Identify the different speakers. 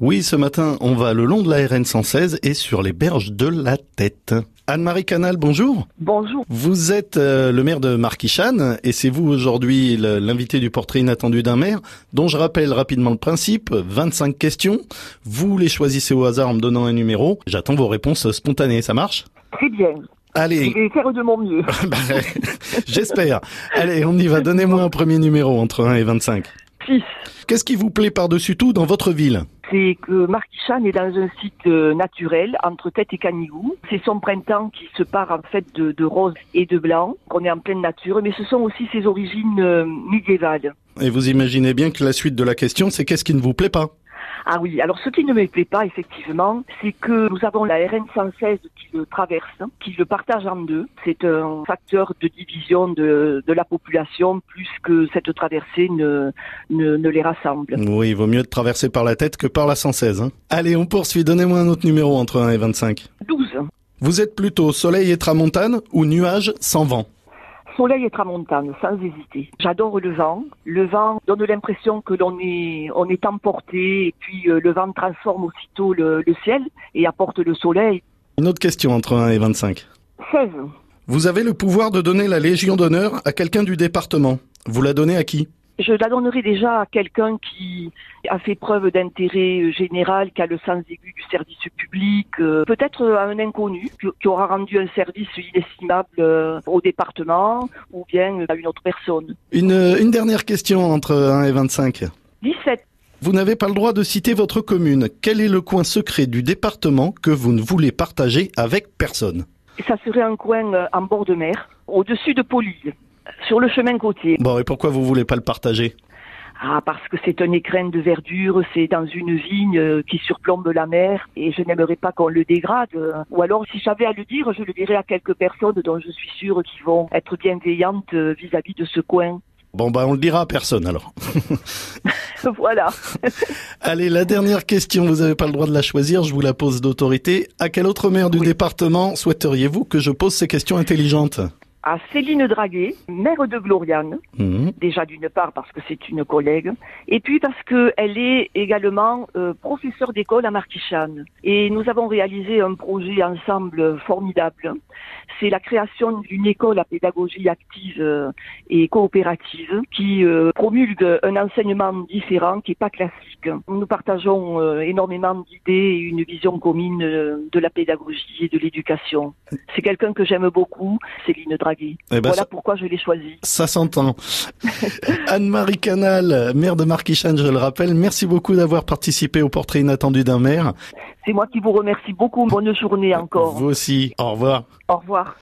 Speaker 1: Oui, ce matin, on va le long de la RN 116 et sur les berges de la Tête. Anne-Marie Canal, bonjour.
Speaker 2: Bonjour.
Speaker 1: Vous êtes euh, le maire de Marquichane et c'est vous aujourd'hui le- l'invité du portrait inattendu d'un maire dont je rappelle rapidement le principe, 25 questions. Vous les choisissez au hasard en me donnant un numéro. J'attends vos réponses spontanées, ça marche
Speaker 2: Très bien. Je
Speaker 1: Allez,
Speaker 2: vais faire de mon mieux.
Speaker 1: bah, j'espère. Allez, on y va. Donnez-moi un premier numéro entre 1 et 25.
Speaker 2: 6.
Speaker 1: Qu'est-ce qui vous plaît par-dessus tout dans votre ville
Speaker 2: C'est que Marquichan est dans un site euh, naturel entre Tête et Canigou. C'est son printemps qui se part en fait de, de rose et de blanc, qu'on est en pleine nature, mais ce sont aussi ses origines euh, médiévales.
Speaker 1: Et vous imaginez bien que la suite de la question, c'est qu'est-ce qui ne vous plaît pas
Speaker 2: Ah oui, alors ce qui ne me plaît pas effectivement, c'est que nous avons la RN 116 qui le traverse, hein, qui le partage en deux. C'est un facteur de division de, de la population plus que cette traversée ne, ne, ne les rassemble.
Speaker 1: Oui, il vaut mieux de traverser par la tête que par la 116. hein. Allez, on poursuit. Donnez-moi un autre numéro entre 1 et 25.
Speaker 2: 12.
Speaker 1: Vous êtes plutôt soleil et tramontane ou nuage sans vent
Speaker 2: Soleil et tramontane, sans hésiter. J'adore le vent. Le vent donne l'impression que l'on est, on est emporté, et puis euh, le vent transforme aussitôt le, le ciel et apporte le soleil.
Speaker 1: Une autre question entre 1 et 25.
Speaker 2: 16.
Speaker 1: Vous avez le pouvoir de donner la Légion d'honneur à quelqu'un du département. Vous la donnez à qui
Speaker 2: Je la donnerai déjà à quelqu'un qui a fait preuve d'intérêt euh, général, qui a le sens aigu du service public, euh, peut-être à un inconnu qui, qui aura rendu un service inestimable euh, au département ou bien euh, à une autre personne.
Speaker 1: une, euh, une dernière question entre 1 et 25.
Speaker 2: 17.
Speaker 1: Vous n'avez pas le droit de citer votre commune. Quel est le coin secret du département que vous ne voulez partager avec personne
Speaker 2: Ça serait un coin euh, en bord de mer, au-dessus de Pauline, sur le chemin côtier.
Speaker 1: Bon, et pourquoi vous voulez pas le partager
Speaker 2: Ah, parce que c'est un écrin de verdure, c'est dans une vigne euh, qui surplombe la mer et je n'aimerais pas qu'on le dégrade. euh. Ou alors, si j'avais à le dire, je le dirais à quelques personnes dont je suis sûre qu'ils vont être bienveillantes euh, vis-à-vis de ce coin.
Speaker 1: Bon, bah on le dira à personne alors.
Speaker 2: voilà.
Speaker 1: Allez, la dernière question, vous n'avez pas le droit de la choisir, je vous la pose d'autorité. À quel autre maire du département souhaiteriez-vous que je pose ces questions intelligentes
Speaker 2: À Céline Draguet, mère de Gloriane,
Speaker 1: Mhm.
Speaker 2: déjà d'une part parce que c'est une collègue, et puis parce qu'elle est également euh, professeure d'école à Marquichane. Et nous avons réalisé un projet ensemble formidable. C'est la création d'une école à pédagogie active euh, et coopérative qui euh, promulgue un enseignement différent qui n'est pas classique. Nous partageons euh, énormément d'idées et une vision commune euh, de la pédagogie et de l'éducation. C'est quelqu'un que j'aime beaucoup, Céline Draghi.
Speaker 1: Eh ben,
Speaker 2: Voilà
Speaker 1: ça-
Speaker 2: pourquoi je l'ai choisie.
Speaker 1: Ça s'entend. Anne-Marie Canal, maire de Marquichane, je le rappelle, merci beaucoup d'avoir participé au portrait inattendu d'un maire.
Speaker 2: C'est moi qui vous remercie beaucoup. Bonne journée encore.
Speaker 1: Vous aussi. Au revoir.
Speaker 2: Au revoir.